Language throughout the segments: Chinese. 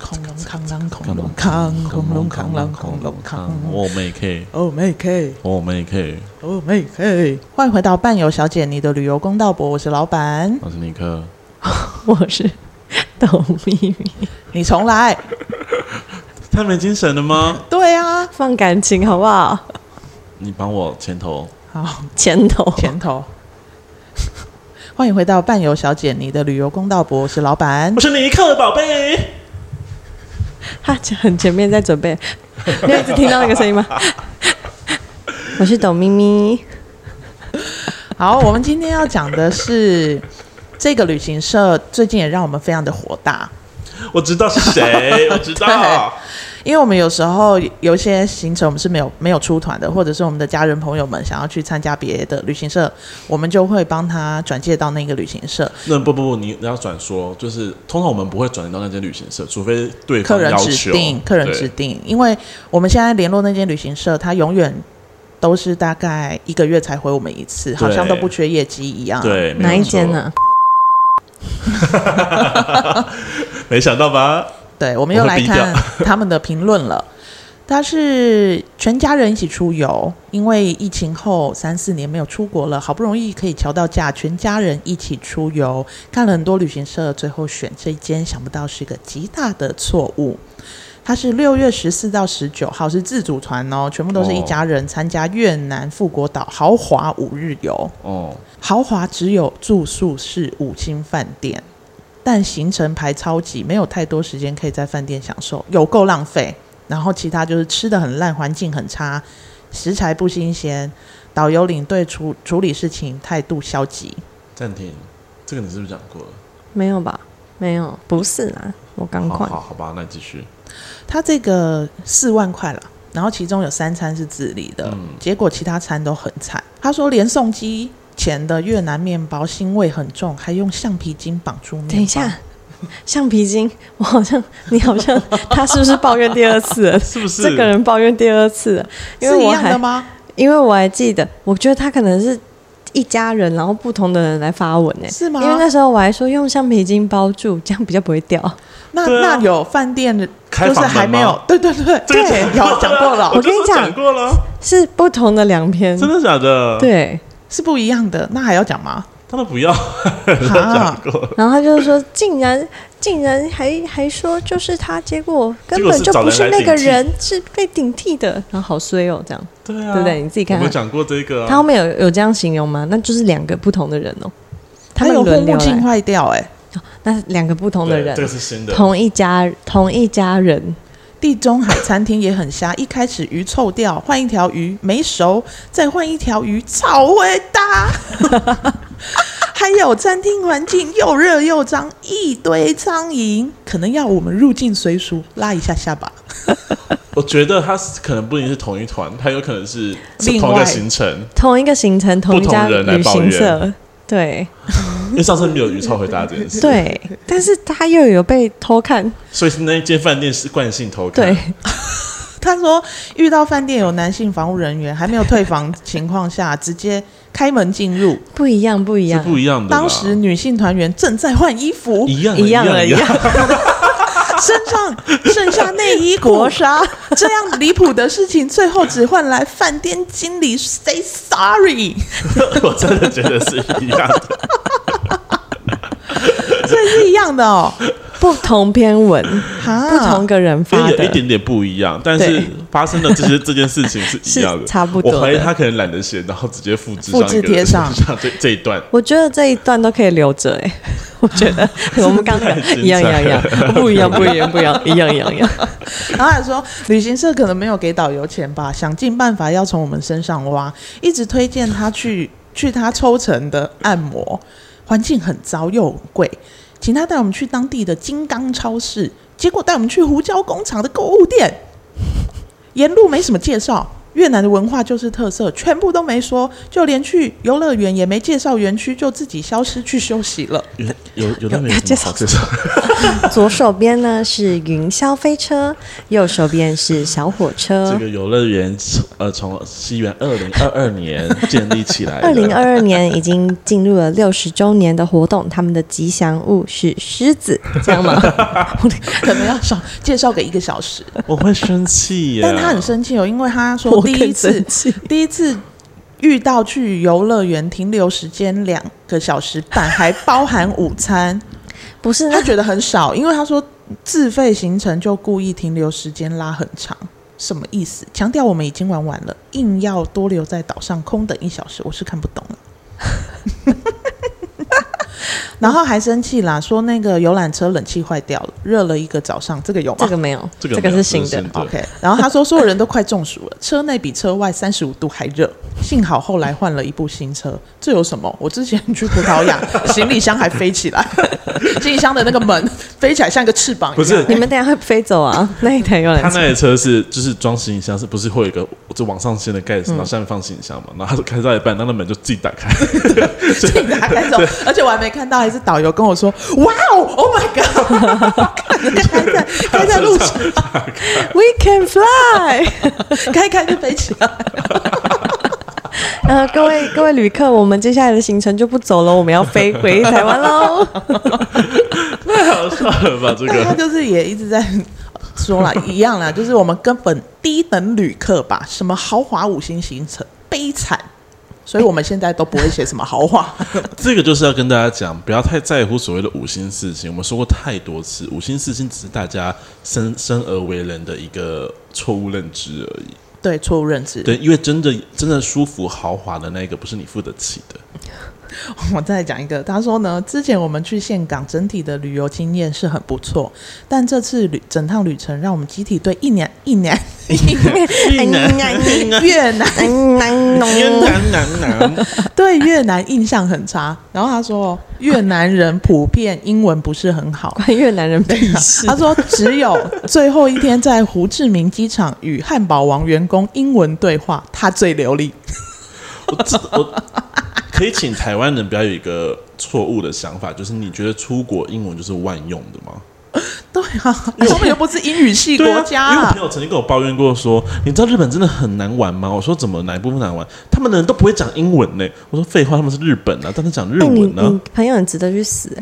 恐龙，扛狼恐龙，扛恐龙，扛狼恐龙，扛。我们也可以，哦，妹 K，我们也可以。哦，妹 K，欢迎回到伴游小姐，你的旅游公道博，我是老板，我是尼克， 我是董秘密，你重来。太没精神了吗？对啊，放感情好不好？你帮我前头，好，前头前头。欢迎回到伴游小姐，你的旅游公道博，我是老板我。是尼克宝贝。他很前面在准备，你有一直听到那个声音 吗？我是董咪咪，好，我们今天要讲的是这个旅行社最近也让我们非常的火大，我知道是 谁，我知道。因为我们有时候有一些行程我们是没有没有出团的，或者是我们的家人朋友们想要去参加别的旅行社，我们就会帮他转介到那个旅行社。那不不不，你你要转说，就是通常我们不会转到那间旅行社，除非对客方人要指求。定，客人对指定，因为我们现在联络那间旅行社，他永远都是大概一个月才回我们一次，好像都不缺业绩一样。，啊对，没有哪一间呢？错？没想到吧？对，我们又我会来逼掉看 他们的评论了。他是全家人一起出游，因为疫情后三四年没有出国了，好不容易可以调到假，全家人一起出游，看了很多旅行社，最后选这一间，想不到是个极大的错误。他是六月十四到十九号是自主团哦，全部都是一哦家人参加越南富国岛豪华五日游。哦，豪华只有住宿是五星饭店，但行程排超级，没有太多时间可以在饭店享受，有够浪费。然后其他就是吃的很烂，环境很差，食材不新鲜，导游领队处处理事情态度消极。暂停，这个你是不是讲过了？没有吧？没有，不是啦，我刚好换。好好吧，那你继续。他这个四万块了，然后其中有三餐是自理的，嗯结果其他餐都很惨。他说连送机前的越南面包腥味很重，还用橡皮筋绑住面包。等一下，橡皮筋，我好像你好像他是不是抱怨第二次了？是不是？这个人抱怨第二次了，因为是一我样的还吗？因为我还记得，我觉得他可能是一家人，然后不同的人来发文诶、是吗？因为那时候我还说用橡皮筋包住，这样比较不会掉。 那、对啊那有饭店的，开就是房门还没有吗，对对对这个对，过 有了讲嗯过了我，跟你就说讲讲过了，是不同的两篇，真的假的？，对。是不一样的。那还要讲 吗？他们不要，啊都讲过了。然后他就是说，竟然竟然还还说就是他，结果根本就不是那个人，是被顶替的，然后好衰哦，这样对嗯啊，对不对你自己看我们讲过这个、啊，他后面有有这样形容吗？那就是两个不同的人哦，他们有护轮流目镜来，哦坏掉、哎，那是两个不同的对人这，个是新的。同一家同一家人，地中海餐厅也很瞎，一开始鱼臭掉，换一条鱼没熟，再换一条鱼草味大。 还有餐厅环境又热又脏，一堆苍蝇，可能要我们入境随俗拉一下下巴。我觉得他是可能不一定是同一团，他有可能是另同一外个行程。同一个行程，同一家不同人来旅抱行怨社，对因为上次没有鱼超回答这件事，， 对，但是他又有被偷看，所以是那一间饭店是惯性偷看。对， 他说，遇到饭店有男性房务人员还没有退房情况下，直接开门进入，不一样不一是样，不一样的吧。当时女性团员正在换衣服，一样一样的了一一样的，身上剩下内衣、国纱，这样离谱的事情，最后只换来饭店经理 say sorry。 我真的觉得是一样的。这是一样的哦，不同篇文，哈，不同个人因 发为啊有一的，点点不一样，但是对发生的这些这件事情是一样的，是差不多的我怀疑他可能懒得写，然后直接复制复制一个人贴上上 这这一段。我觉得这一段都可以留着哎、 我觉 得我们刚刚太精彩一样一样 一样，不一样不一样不一样，一样一样一样，然后还说旅行社可能没有给导游钱吧，想尽办法要从我们身上挖，一直推荐他去去他抽成的按摩，环境很糟又很贵，请他带我们去当地的金刚超市，结果带我们去胡椒工厂的购物店，沿路没什么介绍，越南的文化就是特色，全部都没说，就连去游乐园也没介绍园区，就自己消失去休息了。 有有那边有什么好介绍？左手边呢是云霄飞车，右手边是小火车这。个游乐园呃，从西元二零二二年建立起来的，二零二二年已经进入了六十周年的活动，他们的吉祥物是狮子，这样吗？可能要少介绍给一个小 时，我会生气耶。但他很生气哦，因为他说我第一更次生气第一次遇到去游乐园停留时间两个小时半，还包含午餐，不是他那觉得很少，因为他说自费行程就故意停留时间拉很长。什么意思？强调我们已经玩完了，硬要多留在岛上空等一小时，我是看不懂了。 然后还生气啦，说那个游览车冷气坏掉了，热了一个早上，这个有吗？这个没有，这个这个没有是新这是。的新的 OK，然后他说所有人都快中暑了，车内比车外三十五度还热，幸好后来换了一部新车，这有什么？我之前去葡萄 牙，行李箱还飞起来， 行李箱的那个门飞起来像一个翅膀一样，不是你们等一下会飞走啊？那一台有他人那台车是就是装行李箱，是不是会有一个就往上掀的盖子，嗯然后下面放行李箱嘛？然后他开到一半，那那门就自己打 开，自己打开走，而且我还没看到，还是导游跟我说，哇哦，Oh my god，开 在开在路上， ，We can fly。开开就飞起来。呃，各位各位旅客，我们接下来的行程就不走了，我们要飞回台湾喽。太好笑了吧？这 但他个就是也一直在说啦，一样啦，就是我们根本低等旅客吧，什么豪华五星行程，悲惨。所以我们现在都不会写什么豪华， 这个就是要跟大家讲，不要太在乎所谓的五星四星。我们说过太多次，五星四星只是大家生生而为人的一个错误认知而已。对错误认知。对，因为真的真的舒服豪华的那个不是你付得起的。 我再讲一个，他说呢，之前我们去岘港，整体的旅游经验是很不错，但这次旅整趟旅程让我们集体对一年一 年越南越南哦越南南南，对越南印象很差。然后他说，越南人普遍英文不是很好，关越南人鄙 视他，说，只有最后一天在胡志明机场与汉堡王员工英文对话，他最流利。我知我 可以请台湾人不要有一个错误的想法，就是你觉得出国英文就是万用的吗？对啊， 他们又不是英语系对国啊，家、因为我朋友曾经跟我抱怨过说，你知道日本真的很难玩吗？我说怎么哪一部分难玩？他们的人都不会讲英文呢。我说废话，他们是日本啊，但是讲日哎你文呢、你朋友很值得去死，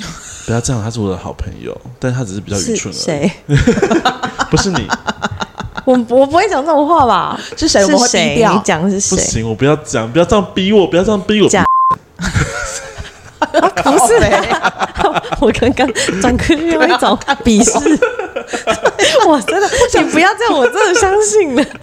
不要这样，他是我的好朋友，但是他只是比较愚是蠢而已，谁？不是你，我我不会讲这种话吧？是谁我们会是谁逼掉你讲的是不 谁？行，我不要讲，不要这样逼我，不要这样逼我。假靠北不是啊， 我刚刚转过去用一种鄙 视，我真的，你不要这样，我真的相信了。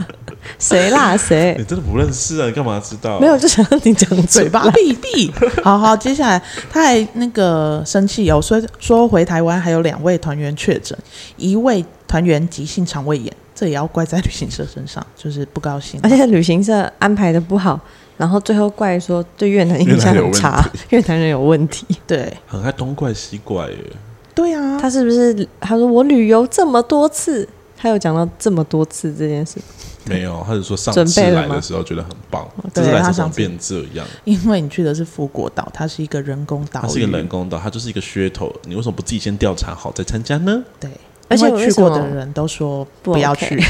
谁啦？谁你？真的不认识啊？你干嘛知道？没有，就想让你讲出 来嘴巴闭闭。好好，接下来他还那个生气哦，说说回台湾还有两位团员确诊，一位团员急性肠胃炎，这也要怪在旅行社身上，就是不高兴。而且旅行社安排的不好，然后最后怪说对越南印象很差，越南人有问题。对很爱东怪西怪耶。对啊，他是不是？他说我旅游这么多次，他有讲到这么多次这件事。没有，他是说上准次备了来吗哦的时候觉得很棒，这对次来他的时上候怎么次变这样？因为你去的是富国岛，它是一个人工岛屿，它是一个人工岛，它就是一个噱头。你为什么不自己先调查好再参加呢？ 对。而且因为去为什么过的人都说不不要 OK 去，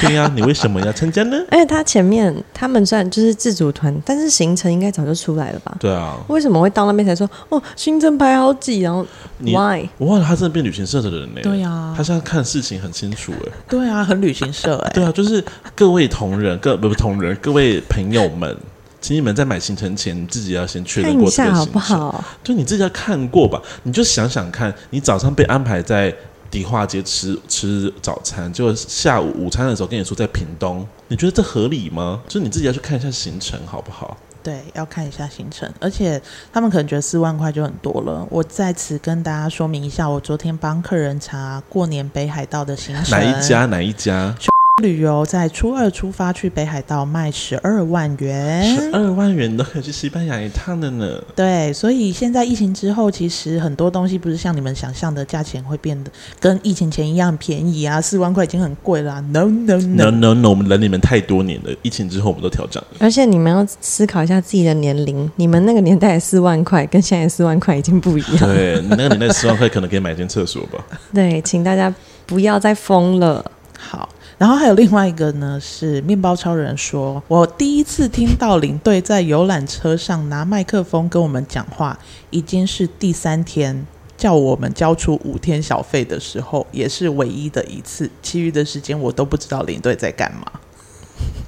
对呀、你为什么要参加呢？而且他前面他们虽然就是自主团，但是行程应该早就出来了吧？对啊，为什么会到那边才说哦，行程排好挤，然后你 why？我忘了他真的变旅行社的人呢、对啊他现在看事情很清楚哎、 对啊，很旅行社哎、对啊，就是各位同仁，各不不同仁，各位朋友们，请你们在买行程前，你自己要先确看认一过这下个行好程。不好？就你自己要看过吧，你就想想看，你早上被安排在迪化街吃吃早餐，结果下午午餐的时候跟你说在屏东，你觉得这合理吗？就是你自己要去看一下行程好不好？对，要看一下行程，而且他们可能觉得四万块就很多了。我在此跟大家说明一下，我昨天帮客人查过年北海道的行程，哪一家？哪一家？旅游在初二出发去北海道卖十二万十元。二万元你都可以去西班牙一趟的呢。对，所以现在疫情之后，其实很多东西不是像你们想象的价钱会变得跟疫情前一样便宜啊，四万块已经很贵啊啦、No no No no， no no，我们忍你们太多年了，疫情之后我们都调涨了。而且你们要思考一下自己的年龄，你们那个年代的四万块跟现在四万块已经不一样。对，你那个年代十万块可能可以买间厕所吧？对，请大家不要再疯了。好。然后还有另外一个呢，是面包超人说，我第一次听到领队在游览车上拿麦克风跟我们讲话，已经是第三天，叫我们交出五天小费的时候，也是唯一的一次，其余的时间我都不知道领队在干嘛。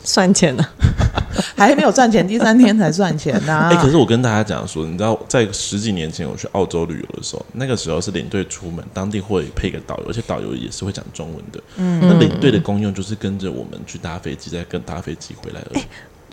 算钱了，还没有赚 钱，第三天才赚钱啊呐、嗯哎、可是我跟大家讲说，你知道，在十几年前我去澳洲旅游的时候，那个时候是领队出门，当地会配个导游，而且导游也是会讲中文的。嗯，那领队的功用就是跟着我们去搭飞机，再跟搭飞机回来而已。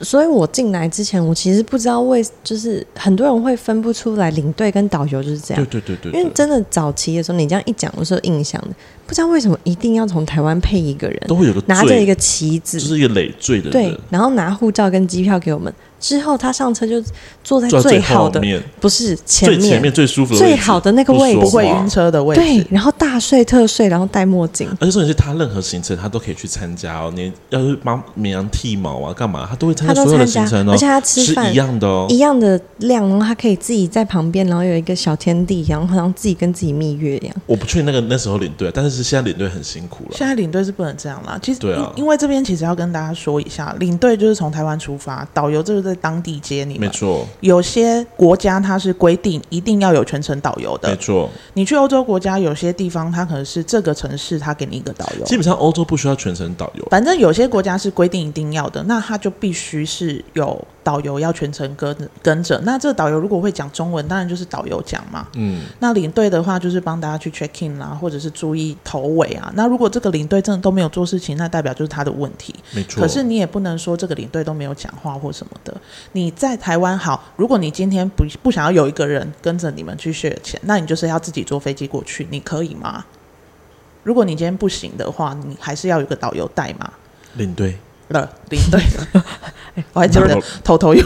所以我进来之前，我其实不知道为，就是很多人会分不出来领队跟导游就是对这样。对对对因为对，真的早期的时候，你这样一讲，我是有印象的。不知道为什么一定要从台湾配一个人，都会有个拿着罪一个旗子，就是一个累赘的对人，，然后拿护照跟机票给我们。之后他上车就坐在坐在最最好后的，面，不是前最面，前面最舒服的位置，最好的那个位置不不说会话晕车的位对置，，然后大睡特睡，然后戴墨镜。而且重点是他任何行程他都可以去参加哦，你要是帮绵羊剃毛啊干嘛，他都会参他加都所有的参加行程哦，而且他吃吃饭一样的哦一。样的量，然后他可以自己在旁边，然后有一个小天地，然后好像自己跟自己蜜月一样。我不确定那个那时候领队，但是现在领队很辛苦了。现在领队是不能这样啦。其实，对啊因因为这边其实要跟大家说一下，领队就是从台湾出发，导游就是在当地接你没们。错，有些国家它是规定一定要有全程导游没的。错。你去欧洲国家，有些地方它可能是这个城市它给你一个导基游，本上欧洲不需要全程导游，反正有些国家是规定一定要的，那它就必须是有导游要全程跟跟着。那这个导游如果会讲中文，当然就是导游讲嘛。嗯，那领队的话就是帮大家去 check in 啦，或者是注意头尾啊。那如果这个领队真的都没有做事情，那代表就是他的问题。没错。可是你也不能说这个领队都没有讲话或什么的。你在台湾好，如果你今天不不想要有一个人跟着你们去血钱，那你就是要自己坐飞机过去，你可以吗？如果你今天不行的话，你还是要有一个导游带嘛。领队，了，领队，我还记得头头有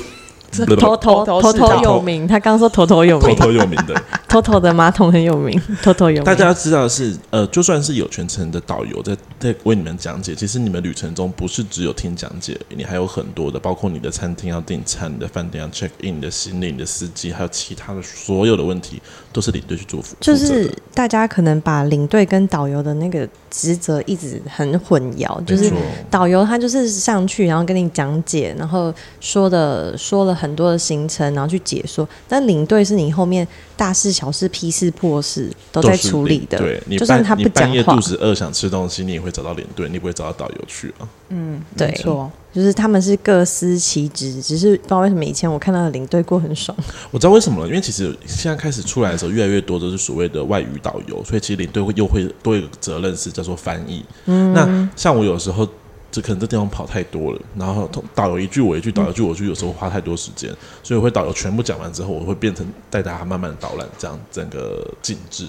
头头头头头是头头有名，他刚说头头有头名，头有名 的。头头的马桶很有名，头头有名。大家要知道的是，呃，就算是有全程的导游在在为你们讲解，其实你们旅程中不是只有听讲解，你还有很多的，包括你的餐厅要订餐、你的饭店要 check in、你的行李、你的司机，还有其他的所有的问题，都是领队去做负就负责是的大家可能把领队跟导游的那个职责一直很混淆，就没是错导游他就是上去，然后跟你讲解，然后说的说了很多的行程，然后去解说。但领队是你后面大事小事、批事破事都在是处理领的，对你就算半他你不讲半夜话肚，子饿想吃东西，你也会找到领队，你不会找到导游去啊。嗯，对没错。就是他们是各司其职。只是不知道为什么以前我看到的领队过很爽，我知道为什么了，因为其实现在开始出来的时候，越来越多都是所谓的外语导游，所以其实领队会又会多一个责任是叫做翻译。那像我有时候。这可能这地方跑太多了，然后同导游一句我一句，导游一句我一句，有时候花太多时间，所以我会导游全部讲完之后，我会变成带大家慢慢地导览，这样整个静置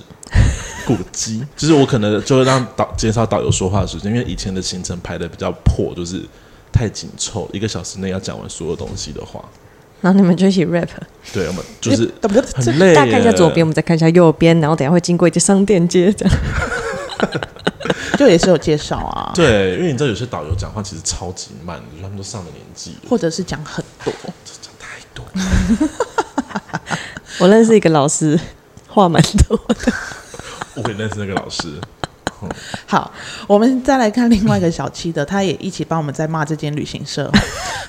古迹，就是我可能就会让导减少导游说话的时间，因为以前的行程排的比较破，就是太紧凑，一个小时内要讲完所有东西的话，然后你们就一起 rap，对我们就是不不不很累。大家看一下左边，我，们再看一下右边，然后等一下会经过一些商店街，这样就也是有介绍啊，对，因为你知道有些导游讲话其实超级慢的，就是他们都上了年纪了，或者是讲很多。这讲太多。我认识一个老师，话蛮多。我也认识那个老师，好，我们再来看另外一个小七的，他也一起帮我们在骂这间旅行社。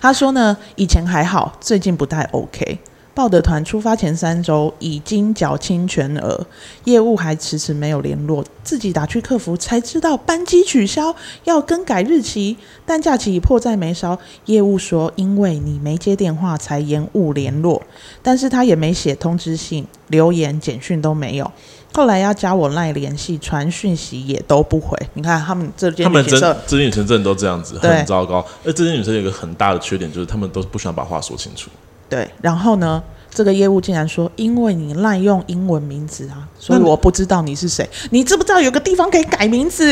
他说呢，以前还好，最近不太 OK。报的团出发前三周已经缴清全额，业务还迟迟没有联络，自己打去客服才知道班机取消，要更改日期，但假期已迫在眉梢。业务说因为你没接电话才延误联络，但是他也没写通知信、留言、简讯都没有。后来要加我赖联系，传讯息也都不回。你看他们这间他们旅行真社，这些女生真的都这样子，对很糟糕。而这些女生有一个很大的缺点，就是他们都不喜欢把话说清楚。对，然后呢，这个业务竟然说，因为你滥用英文名字啊，所以那你我不知道你是谁。你知不知道有个地方可以改名字？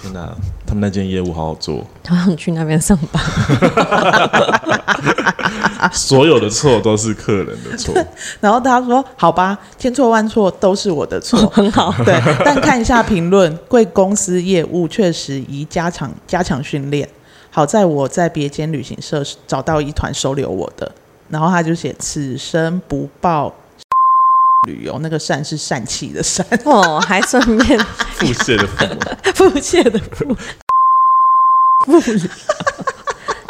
天哪，他们那间业务好好做，好想去那边上班。所有的错都是客人的错。然后他说：“好吧，千错万错都是我的错，哦 很好。”对，但看一下评论，贵公司业务确实宜加强加强训练。好在我在别间旅行社找到一团收留我的，然后他就写：“此生不报旅游。”那个善是善气的善，哦，还顺便腹泻的腹吗， 腹泻的腹， 不了。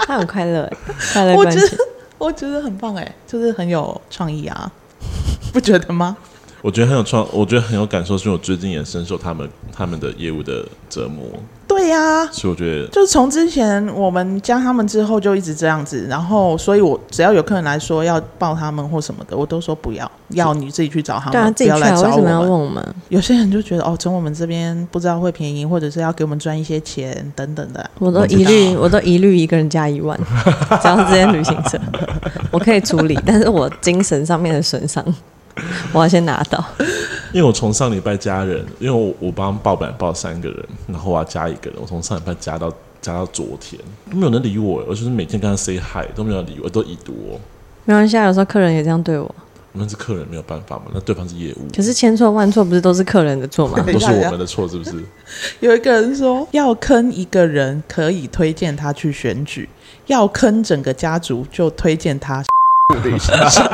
他很快乐欸，快乐我关觉系得。 我觉得很棒哎、就是很有创意啊， 不觉得吗？我觉得很有创，我觉得很有感受，是因为我最近也深受他们他们的业务的折磨，对呀、所以我觉得就是从之前我们加他们之后就一直这样子，然后所以我只要有客人来说要抱他们或什么的，我都说不要，要你自己去找他对啊，们，不自己要去来啊，为找什我么要问们。我们？有些人就觉得哦，从我们这边不知道会便宜，或者是要给我们赚一些钱等等的。我都不知一律，我都一律一个人加一万，只要是这间旅行 社，我可以处理，但是我精神上面的损伤，我要先拿到。因为我从上礼拜加人，因为我我帮报版报三个人，然后我要加一个人，我从上礼拜加到加到昨天，都没有人理我，我就是每天跟他 say hi 都没有人理我，都已读我。没关系啊，有时候客人也这样对我，我们是客人没有办法嘛，那对方是业务，可是千错万错不是都是客人的错吗？ 都是我们的错是不是？有一个人说要坑一个人，可以推荐他去选举；要坑整个家族，就推荐他旅行社。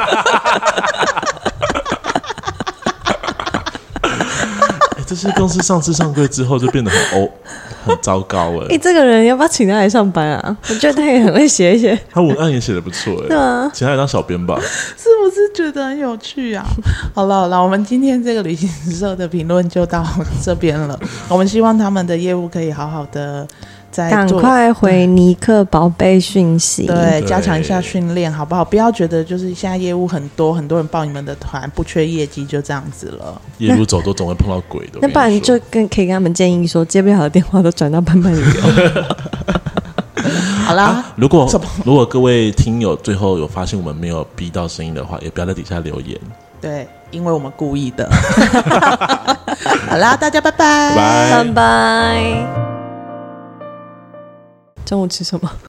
哎、这些公司上市上柜之后就变得很欧，很糟糕哎、诶，这个人要不要请他来上班啊？我觉得他也很会写一些，他文案也写的不错哎、对啊，请他来当小编吧。是不是觉得很有趣啊？ 好了好了，我们今天这个旅行社的评论就到这边了。我们希望他们的业务可以好好的再赶做，快回尼克宝贝讯息。嗯对，对加强一下训练，好不好？不要觉得就是现在业务很多，很多人报你们的团，不缺业绩就这样子了。业务走都总会碰到鬼的。我那跟你不然说就跟可以跟他们建议说，接不了的电话都转到班班旅游。好啦，如果什么如果各位听友最后有发现我们没有逼到声音的话，也不要在底下留言。对，因为我们故意 的。好啦，大家拜拜拜拜。 拜。中午吃什么？